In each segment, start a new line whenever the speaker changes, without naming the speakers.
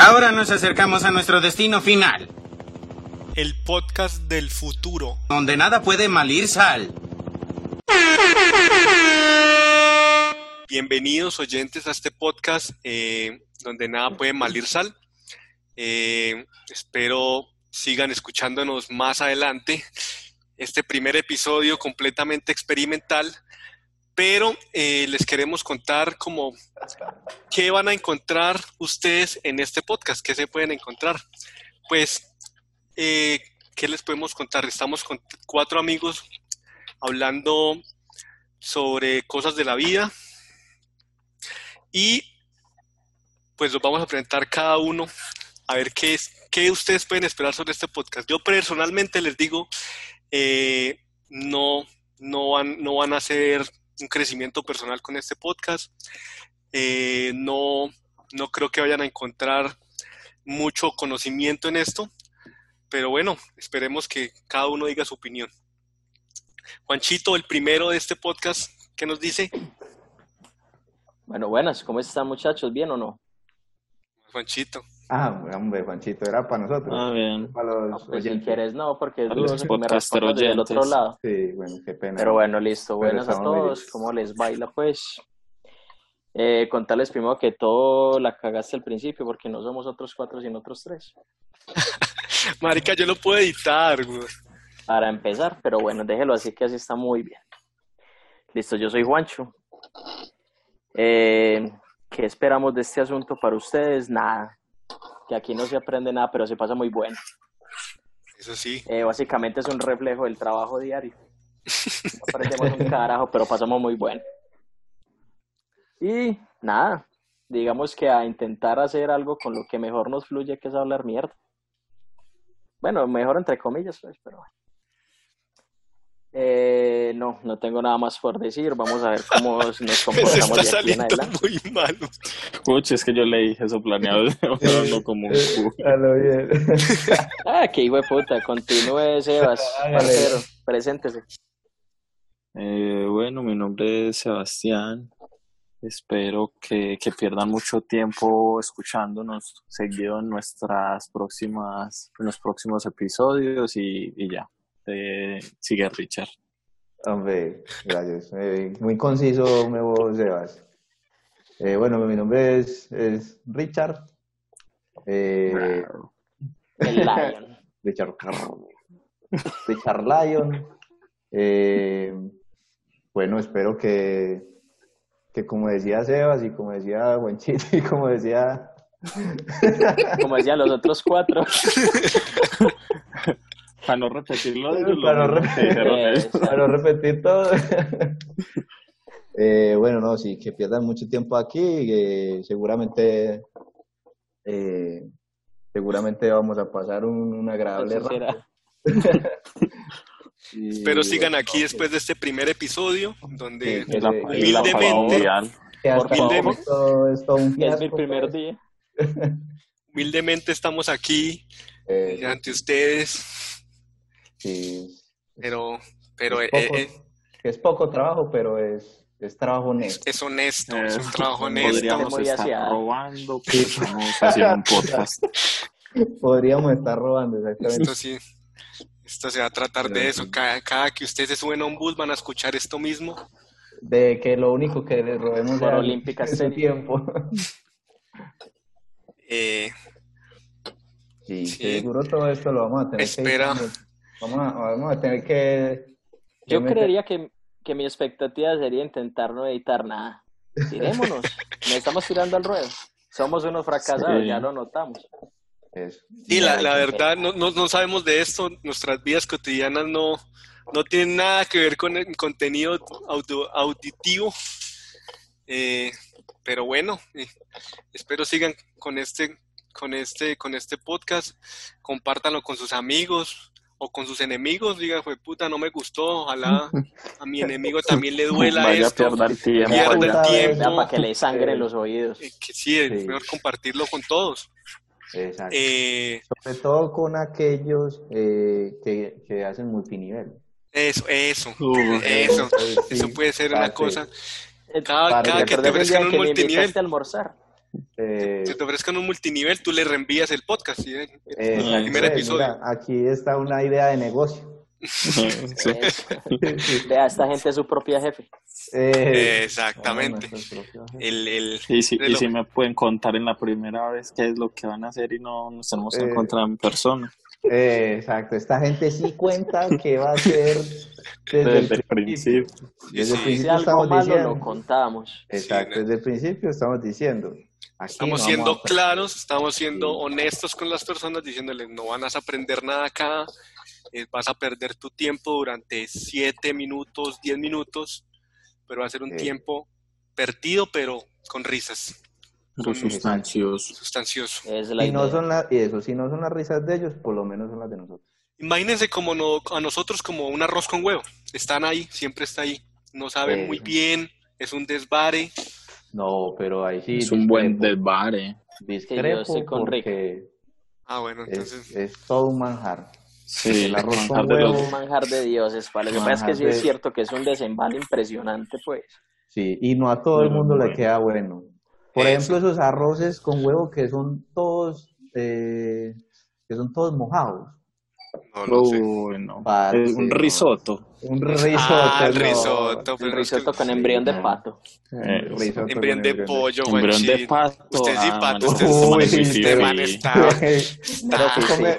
Ahora nos acercamos a nuestro destino final,
El podcast del futuro.
donde nada puede malir sal.
Bienvenidos oyentes a este podcast eh, donde nada puede malir sal. Eh, espero sigan escuchándonos más adelante. Este primer episodio completamente experimental, pero eh, les queremos contar como qué van a encontrar ustedes en este podcast, qué se pueden encontrar. Pues, eh, ¿qué les podemos contar? Estamos con cuatro amigos hablando sobre cosas de la vida, y pues los vamos a presentar cada uno a ver qué es qué ustedes pueden esperar sobre este podcast. Yo personalmente les digo eh, no no van no van a hacer un crecimiento personal con este podcast. Eh, no no creo que vayan a encontrar mucho conocimiento en esto, pero bueno esperemos que cada uno diga su opinión. Juanchito, el primero de este podcast, ¿qué nos dice?
Bueno, buenas, ¿cómo están muchachos? ¿Bien o no?
Juanchito.
Ah, hombre, Juanchito, era para nosotros.
Ah, bien.
Para
No,
los
pues si
oyentes.
quieres no, porque es
A
duro
los
que me
podcaster
respondas desde el
oyentes.
otro lado.
Sí, bueno, qué pena.
Pero bueno, listo,
Pero
buenas a
estamos muy
todos,
bien.
¿cómo les baila pues? Eh, contarles primero que todo la cagaste al principio, porque no somos otros cuatro sino otros tres.
Marica, yo lo puedo editar, güey.
Para empezar, pero bueno, déjelo así que así está muy bien. Listo, yo soy Juancho. Eh, ¿Qué esperamos de este asunto para ustedes? Nada. Que aquí no se aprende nada, pero se pasa muy bueno.
Eso sí.
Eh, básicamente es un reflejo del trabajo diario. No aprendemos un carajo, pero pasamos muy bueno. Y nada, digamos que a intentar hacer algo con lo que mejor nos fluye, que es hablar mierda. Bueno, mejor entre comillas, pues, pero bueno. Eh, no, no tengo nada más por decir. Vamos a ver cómo nos
Eso
comportamos
Pues está
de aquí en
saliendo
adelante.
muy malo.
Uch, es que yo leí eso planeado, pero
Eh,
no como un cu.
A lo bien.
Ah, qué hijo de puta. Continúe, Sebas.
Hágale.
Parcero, preséntese.
Eh, bueno, mi nombre es Sebastián. Espero que, que pierdan mucho tiempo escuchándonos seguido en nuestras próximas, en los próximos episodios y, y ya. Eh, sigue Richard.
Hombre, gracias. Eh, muy conciso, me vos, Sebas. Eh, bueno, mi nombre es, es Richard. Eh,
El Lion.
Richard Carr- Richard Lyon. Eh, bueno, espero que, que como decía Sebas y como decía Juanchito y como decía
Como decían los otros cuatro.
Para no repetirlo, digo lo
Para no
mismo que dijeron ellos.
Para no repetir todo. Eh, bueno, no, sí, que pierdan mucho tiempo aquí. eh, seguramente, eh, seguramente vamos a pasar un, un agradable
Entonces
rato.
pues, era-
Y-
Espero sigan aquí después de este primer episodio, donde
Sí,
Y la- y la fama
Humildemente.
mundial.
Que hasta
Por
favor.
ahora esto- esto un
Es mi
fiasco,
primer
pues.
día.
humildemente estamos aquí
Eh,
ante ustedes,
sí,
pero, pero
es,
eh,
poco,
eh,
es poco trabajo, pero es, es trabajo honesto.
es honesto, es un
Eh,
trabajo honesto.
Podríamos
Muy
estar
aseado.
robando, pero estamos haciendo un podcast.
Podríamos estar robando, exactamente.
Esto sí, esto se va a tratar de eso. Cada, cada que ustedes se suben a un bus van a escuchar esto mismo.
De que lo único que les robemos
Para
sea
Olímpicas
su
Series.
tiempo.
Eh,
Sí,
Sí. eh,
seguro todo esto lo vamos a tener
Espera.
que... Vamos a, vamos a tener que... que
Yo
meter-
creería que, que mi expectativa sería intentar no editar nada. Tirémonos. Nos estamos tirando al ruedo. Somos unos fracasados,
Sí.
ya lo notamos.
Eso.
Sí, la,
Ay,
la
qué
verdad, no, no, no sabemos de esto. Nuestras vidas cotidianas no, no tienen nada que ver con el contenido audio- auditivo. Eh, pero bueno, eh, espero sigan con este, con este, con este podcast. Compártanlo con sus amigos o con sus enemigos. Digan, fue puta, no me gustó. Ojalá a mi enemigo también le duela
Vaya
esto.
pierda el tiempo.
Pierda el
Puta,
tiempo.
Ya para que le sangre
Sí.
los oídos.
Eh, que sí, es
Sí.
mejor compartirlo con todos.
Exacto.
Eh,
Sobre todo con aquellos eh, que, que hacen multinivel.
eso, eso.
Uh,
Eso,
Eh, Sí,
eso puede ser
ah,
una
sí.
cosa.
Eh,
Cada,
Para
cada que te
recordemos el día
ofrezcan un
que me
multinivel,
invitaste a almorzar.
Eh,
Si te ofrezcan un multinivel, tú le reenvías el podcast. ¿sí?
eh,
El
primer
pues,
episodio.
mira, aquí está una idea de negocio.
Sí.
Eh, Vea, esta gente es su propia jefe.
Eh,
Exactamente.
bueno, nuestro propio jefe.
El, el-
Y si,
de
y
lo-
si me pueden contar en la primera vez qué es lo que van a hacer y no nos tenemos que
Eh.
encontrar en persona.
Eh, exacto, esta gente sí cuenta que va a ser desde
Desde
el
el principio.
Desde el
Sí.
Si
principio
algo
estamos
malo
diciendo.
lo contamos.
Exacto,
Sí,
desde el principio estamos diciendo. aquí
Estamos
no
siendo
vamos a-
claros, estamos siendo
Sí.
honestos con las personas, diciéndoles no van a aprender nada acá, eh, vas a perder tu tiempo durante 7 minutos, 10 minutos, pero va a ser un
Sí.
tiempo perdido, pero con risas,
Pero sustancioso.
sustancioso.
Es la
Si no
idea.
son la- y eso, si no son las risas de ellos, por lo menos son las de nosotros.
Imagínense como no, a nosotros como un arroz con huevo, están ahí, siempre está ahí, no saben
Sí.
muy bien, es un desvare,
No, pero ahí sí.
Es un buen eh.
discrepo,
desvare.
discrepo
yo estoy con Rick.
porque
ah bueno,
es,
entonces...
es todo un manjar.
Sí,
El arroz
manjar
con
de los-
huevo.
Un manjar de dioses, para lo que pasa es que sí
Manjar
es
de-
cierto que es un desembalo impresionante, pues.
Sí, y no a todo el
Pero
mundo le
bueno.
queda bueno. Por
Eso.
ejemplo, esos arroces con huevo que son todos, eh, que son todos mojados.
No lo sé.
Uy, no.
Parce,
Es un
no.
risotto.
Un risotto.
ah, el
no.
risotto,
El
pero es que-
risotto con embrión de
no.
pato.
Eh,
Un risotto con
Embrión de
embrión
pollo,
Embrión
guanchín.
de pato.
Usted sí,
Ah,
pato.
man,
Usted
este man es
Uy,
muy
este
Este
fifí.
man está,
Claro que
está-
sí.
pues Come-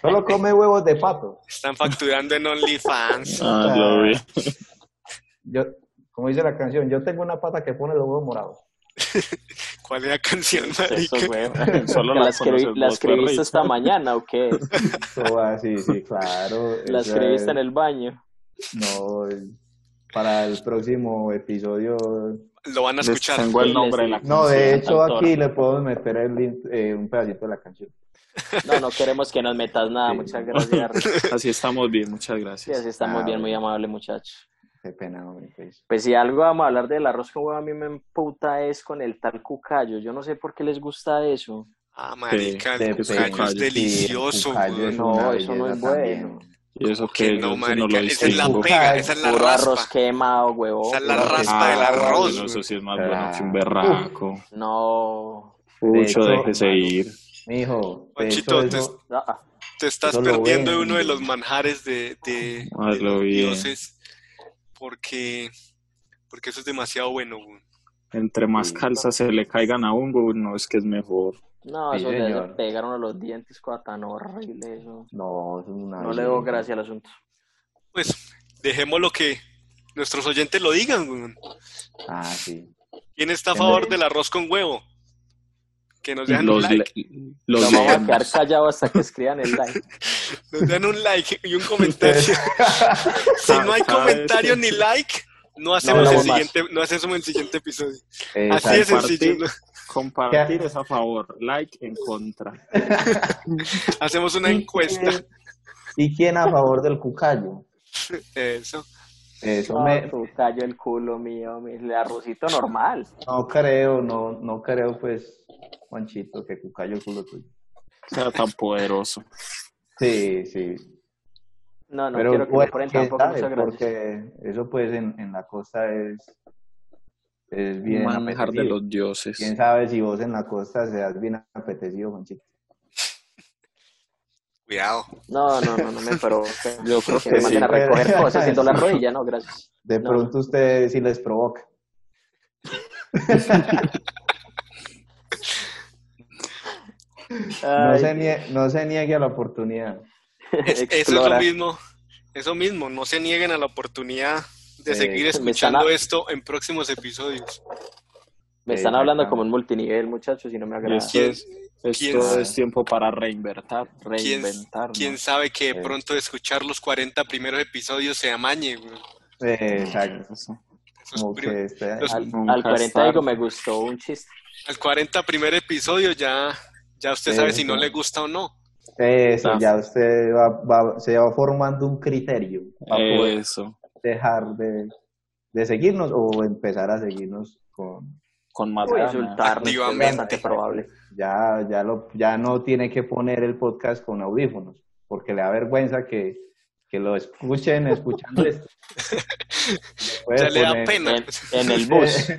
solo come huevos de pato.
están facturando en OnlyFans.
Ah, lo vi.
Yo, como dice la canción, yo tengo una pata que pone los huevos morados.
¿Cuál es la canción, marica?
Esos huevos.
Solo
¿Que
la
la, escribí-
conoces
la
vos,
escribiste
perrito.
esta mañana o qué?
Todo así, sí, claro.
¿La
Esa
escribiste en
es-
el baño?
No, el- para el próximo episodio.
Lo van a
Les
escuchar.
Tengo el nombre de la
No, de
canción.
hecho,
autora.
aquí le podemos meter el link, eh, un pedacito de la canción.
No, no queremos que nos metas nada.
Sí.
Muchas gracias, Rick.
Así estamos bien, muchas
Sí,
gracias.
así estamos
Ah,
bien, muy
bueno.
amable, muchacho.
Qué pena, hombre, pues.
Pues si algo vamos a hablar del arroz con huevo, a mí me emputa es con el tal cucayo. Yo no sé por qué les gusta eso.
Ah, marica,
De
el cucayo
pena,
es
cucayo.
sí, el
delicioso.
cucayo
güey.
es
No,
una
eso no es
belleza
bueno.
también.
Y eso
Que
que
no,
yo
marica.
no lo
esa es la
distingo.
Ah,
pega, esa es la
Puro arroz
raspa.
quemado,
Esa
huevón.
es la
Puro
raspa del
quemado,
Ah,
arroz.
pero eso
güey.
sí es más
Ah.
bueno que un berraco.
No.
De
Mucho,
hecho,
déjese
hermano.
ir.
Mijo, de
Panchito,
hecho,
te-
eso,
Ah,
Te estás
Eso lo
perdiendo de
ven.
uno de los manjares de, de-
Ah,
de
lo
los
vi.
dioses porque, porque eso es demasiado bueno. güey.
Entre más
Sí.
calzas se le caigan a un güey, no es que es mejor.
no,
Sí,
eso le hace
señor.
pegar uno los dientes, cosa tan horrible eso.
no, eso es una
No le doy
belleza.
gracia al asunto.
Pues dejemos lo que nuestros oyentes lo digan. güey.
Ah, sí.
¿Quién está a
Que
favor
me-
del arroz con huevo? Que nos dejan un
Los,
like.
le-
No
los
vamos a
leemos.
quedar callados hasta que escriban el like.
Nos dejan un like y un comentario. si no hay
Cada vez
comentario
que-
ni like, no hacemos, el,
hablamos más.
siguiente, no hacemos el siguiente episodio.
Exacto.
Así de sencillo.
Compartir, compartir es a favor, like en contra.
Hacemos una encuesta.
¿Y quién a favor del cucayo?
Eso.
Eso
No,
me,
Ah, tú callo el culo mío, mi- el arrocito normal.
no creo, no, no creo, pues, Juanchito, que cucayo es culo tuyo.
Sea tan poderoso.
Sí, sí.
No, no
Pero
quiero que
bueno,
me ponen
quién
tampoco,
sabe,
muchas gracias.
porque eso pues en, en la costa es, es
Un
bien
manjar de
apetecido.
los dioses.
Quién sabe si vos en la costa seas bien apetecido, Juanchito.
Cuidado.
No, no, no, no me provoca.
Yo creo
Que me
que sí.
manden a
pero-
recoger cosas haciendo la rodilla, no, gracias.
De
No.
pronto ustedes sí les provoca. No
Ay,
se, nie- no se niegue a la oportunidad.
Es- eso es lo
explora.
mismo, eso mismo, no se nieguen a la oportunidad de
Eh,
seguir
me
están
escuchando
a-
esto en próximos episodios.
Ah,
Me están hablando
Exactamente.
como un multinivel, muchachos, y no me
Y
agrada.
esto
¿Quién-
es, esto
quién-
es tiempo para reinvertar,
¿Quién,
reinventar.
quién
¿no?
sabe que de
Eh.
pronto de escuchar los 40 primeros episodios se amañe? güey?
Eh, exacto.
Eso.
Esos
Como
prim-
que este, esté-
los-
Al,
Nunca
al 40
estar.
digo, me gustó un chiste.
al 40 primer episodio ya, ya usted sabe
Eh,
si no
sí.
le gusta o no.
Eso,
Ah.
ya usted va, va- se va formando un criterio para
Eh,
poder
Eso.
dejar de, de seguirnos o empezar a seguirnos con
Con más
Voy a
ganas.
insultarnos, que es
Activamente.
bastante probable.
ya ya lo ya no tiene que poner el podcast con audífonos porque le da vergüenza que, que lo escuchen escuchando esto puede
Ya le da
poner
pena.
En, en el bus.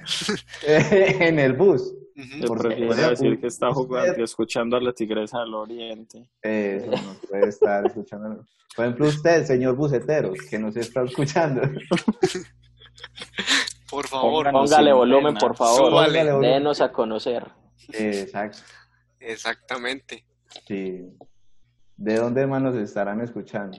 en el bus
Ujú.
Yo
Porque,
prefiero
o sea,
decir
un-
que está jugando
usted-
y escuchando a la tigresa del oriente.
Eso, no puede estar escuchando. Por ejemplo, usted, señor bucetero, que nos está escuchando.
Por favor.
Pónganos
Póngale
sin
volumen,
pena.
por favor.
Súbale.
Denos a conocer.
Exacto.
Exactamente.
Sí. ¿De dónde más nos estarán escuchando?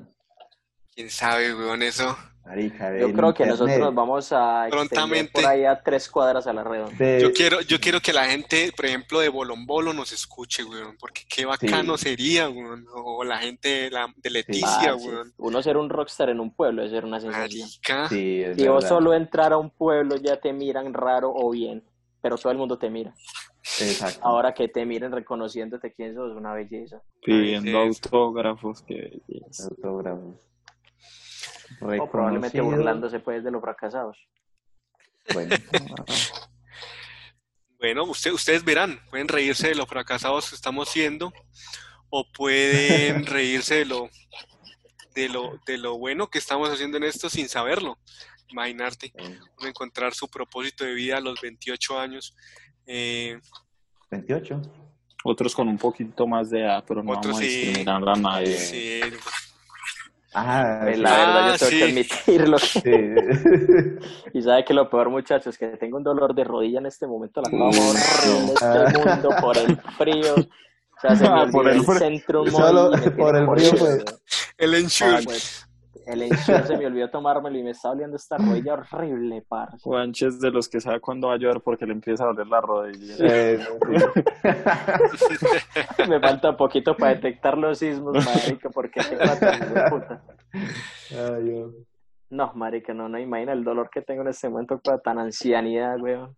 ¿Quién sabe, weón, eso?
Marica, de
Yo creo que
internet.
nosotros nos vamos a extender
Prontamente.
por ahí a tres cuadras a la redonda.
De-
Yo quiero, yo quiero que la gente, por ejemplo, de Bolombolo nos escuche, weón, porque qué bacano sería, weón. O la gente de, la- de Leticia,
Ah, sí.
weón.
Uno ser un rockstar en un pueblo es ser una sensación.
Marica.
Sí, es
Si vos
verdad.
solo entrar a un pueblo ya te miran raro o bien, pero todo el mundo te mira.
Exacto.
Ahora que te miren reconociéndote quién sos, una belleza.
Pidiendo
Ay, sí.
autógrafos, que belleza.
Autógrafos.
O probablemente
Reconocido.
burlándose pues de los fracasados.
Bueno,
Bueno, usted- ustedes verán, pueden reírse de los fracasados que estamos siendo, o pueden reírse de lo, de lo, de lo bueno que estamos haciendo en esto sin saberlo. Imaginarte,
eh,
uno encontrar su propósito de vida a los 28 años, eh,
28.
Otros con un poquito más de edad, pero no
Otros
vamos a
sí.
discriminar a nadie.
Eh,
sí,
Ah,
Pues
sí,
la verdad, yo tengo
sí.
que admitirlo.
sí.
Y sabe que lo peor, muchachos, es que tengo un dolor de rodilla en este momento, la cosa más horrible de
Ah.
este mundo por el frío. O sea, se me
Ah,
olvidó
por el
el,
frío.
centro
Solo
móvil y me tiene
por el frío,
jodido,
pues.
weón.
el
Ah,
ensure.
pues, el ensure se me olvidó tomármelo y me está oliendo esta rodilla horrible, parce.
Juanche es de los que sabe cuándo va a llover porque le empieza a doler la rodilla.
Eh, sí.
Me falta poquito para detectar los sismos, marica, porque tengo la tensión, puta.
Ay, Dios.
No, marica, no, no imagina el dolor que tengo en este momento para tan ancianidad, weón.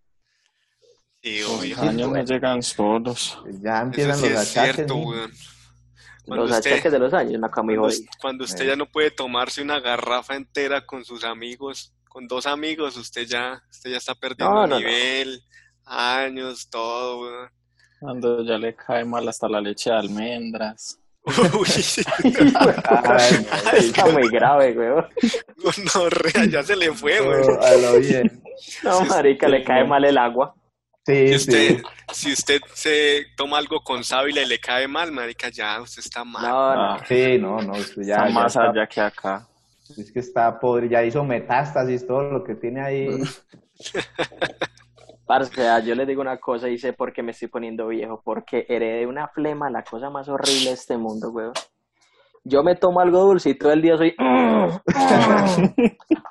Sí,
Los
obvio.
años no llegan solos.
Ya
Eso
empiezan
sí
los
es
achaques.
cierto,
¿no?
weón. Cuando
Los
usted-
achaques de los años, una cama y
Cuando,
jodida.
us- cuando usted
Eh.
ya no puede tomarse una garrafa entera con sus amigos, con dos amigos, usted ya, usted ya está perdiendo
No, no, no.
nivel, años, todo. weón.
Cuando ya le cae mal hasta la leche de almendras.
Uy,
Ay, no, sí,
Está muy grave, weón.
no, re, ya se le fue,
todo
weón.
a lo bien.
No, marica, le cae mal el agua.
Sí,
Si usted,
sí.
si usted se toma algo con sábila y le cae mal, marica, ya usted está mal.
No, no.
Ah,
Sí, no, no, usted ya,
está
ya
más
está-
allá que acá.
es que está podre, ya hizo metástasis, todo lo que tiene ahí.
Parce, ah, yo les digo una cosa y sé por qué me estoy poniendo viejo. Porque heredé una flema, la cosa más horrible de este mundo, weón. Yo me tomo algo dulce y todo el día soy...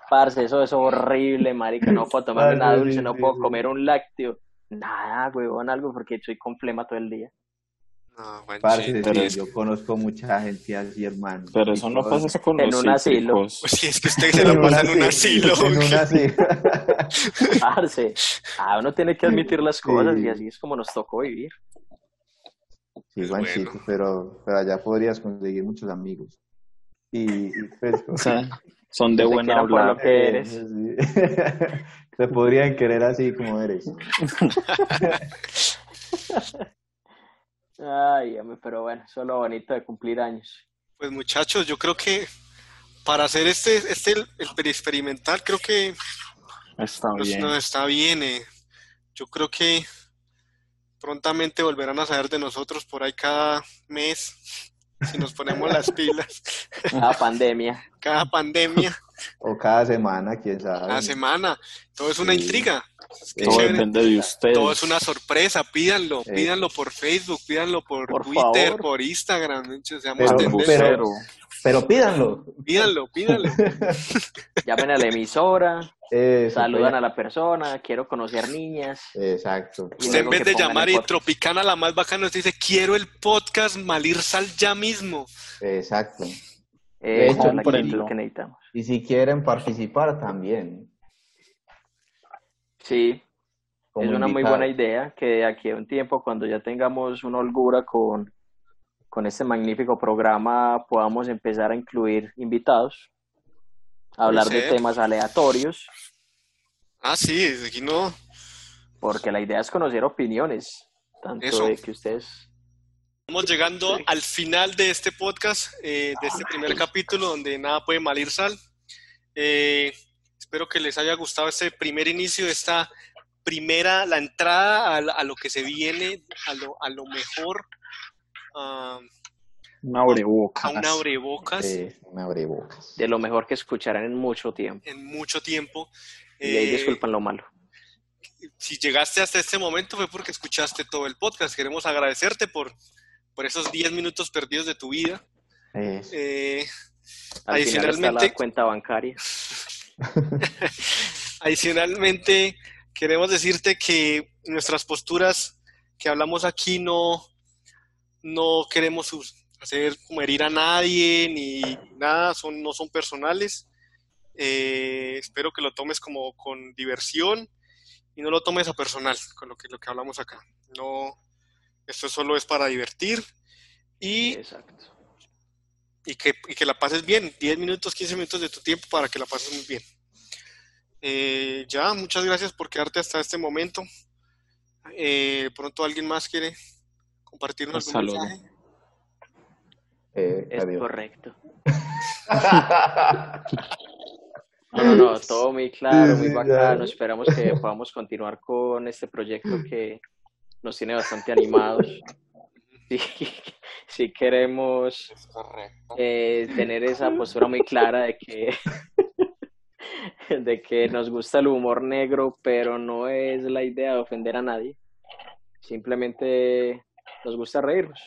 Parce, eso es horrible, marica. No puedo tomarme
Parce,
nada
sí,
dulce, no
sí,
puedo
sí.
comer un lácteo. Nada, weón, algo porque soy con flema todo el día.
No, Juanchi,
Parce,
pero
sí,
es-
yo conozco mucha gente así, hermano.
Pero
Y
eso no
todos-
pasa es con
En
los
un asilo.
cítricos.
pues si es que usted se lo pasa en un asilo.
En un
weón.
asilo.
Parce, ah, uno tiene que admitir las cosas
Sí.
y así es como nos tocó vivir.
Sí,
Pues
Juanchito,
bueno.
pero, pero allá podrías conseguir muchos amigos. Y, y pues,
O sea, son de
Yo te
buen
quiero por lo
hablar.
que- ¿Qué eres?
sí. Te podrían querer así como eres.
Ay, hombre, pero bueno, eso es lo bonito de cumplir años.
Pues muchachos, yo creo que para hacer este, este el, el experimental, creo que
Está
Pues
bien.
no, está bien. eh. Yo creo que prontamente volverán a saber de nosotros por ahí cada mes, si nos ponemos las pilas,
La Ah, pandemia.
cada pandemia,
O cada semana, quién sabe.
cada semana. Todo es una
Sí.
intriga. Es que
qué
Todo
chévere.
depende de ustedes.
Todo es una sorpresa. Pídanlo,
Eh.
pídanlo por Facebook, pídanlo por,
Por
Twitter,
favor.
por Instagram. mucho, Seamos
Pero-
Manden
tendencia.
vocero.
Pero pídanlo.
Pídanlo, pídanlo.
Llamen a la emisora,
Eh,
saludan a la persona, quiero conocer niñas.
Exacto.
Y
Usted en
luego
vez
que
de
pongan el
llamar y
podcast.
Tropicana la más bacana, nos dice, quiero el podcast Malirsal ya mismo.
Exacto.
Eh, esa
hecho,
es la actitud
comprenlo.
que necesitamos.
Y si quieren participar también.
Sí,
como
es una muy
invitados.
buena idea que de aquí a un tiempo, cuando ya tengamos una holgura con, con este magnífico programa, podamos empezar a incluir invitados, hablar de
ser.
temas aleatorios,
Ah, sí, desde aquí no.
porque la idea es conocer opiniones, tanto
Eso.
de que ustedes...
Estamos llegando al final de este podcast, eh, de este
Ah.
primer capítulo donde nada puede mal ir sal. Eh, espero que les haya gustado este primer inicio de esta primera, la entrada a, la- a lo que se viene, a lo, a lo mejor, ah,
Un abrebocas.
a un abrebocas
Eh, me abre bocas.
De lo mejor que escucharán en mucho tiempo.
en mucho tiempo.
Y ahí
Eh,
disculpan lo malo.
si llegaste hasta este momento fue porque escuchaste todo el podcast. Queremos agradecerte por, por esos 10 minutos perdidos de tu vida.
Eh,
Eh,
Al final está la
Adicionalmente-
cuenta bancaria.
Adicionalmente, queremos decirte que nuestras posturas que hablamos aquí no, no queremos us- hacer como herir a nadie ni nada, son, no son personales. Eh, espero que lo tomes como con diversión y no lo tomes a personal con lo que, lo que hablamos acá. No, esto solo es para divertir y
Exacto.
y que, y que la pases bien. 10 minutos, 15 minutos de tu tiempo para que la pases muy bien. Eh, ya, muchas gracias por quedarte hasta este momento. Eh, pronto alguien más quiere compartirnos
Hasta
algún
luego.
mensaje.
eh,
Es
adiós.
correcto. No, no, no, todo muy claro,
Sí,
muy
sí,
bacano.
ya.
Esperamos que podamos continuar con este proyecto que nos tiene bastante animados. Sí, sí queremos eh, tener esa postura muy clara de que, de que nos gusta el humor negro, pero no es la idea de ofender a nadie. Simplemente nos gusta reírnos,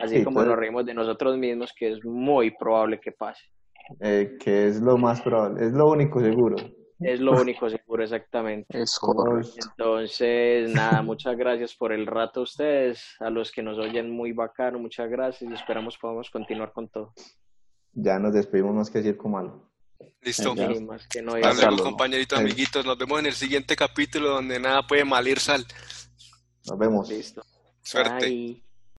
así
Sí,
como
todo-
nos reímos de nosotros mismos, que es muy probable que pase.
Eh, que es lo más probable, es lo único seguro.
Es lo único seguro, exactamente.
Es
Somos-
Entonces, nada, muchas gracias por el rato a ustedes, a los que nos oyen muy bacano, muchas gracias y esperamos podamos continuar con todo.
ya nos despedimos más que decir como algo.
Listo.
Ya.
Sí, más que no
Hasta
Hasta
luego,
luego.
compañeritos,
Eh.
amiguitos. Nos vemos en el siguiente capítulo donde nada puede malir sal.
Nos vemos.
Listo.
Suerte.
Bye.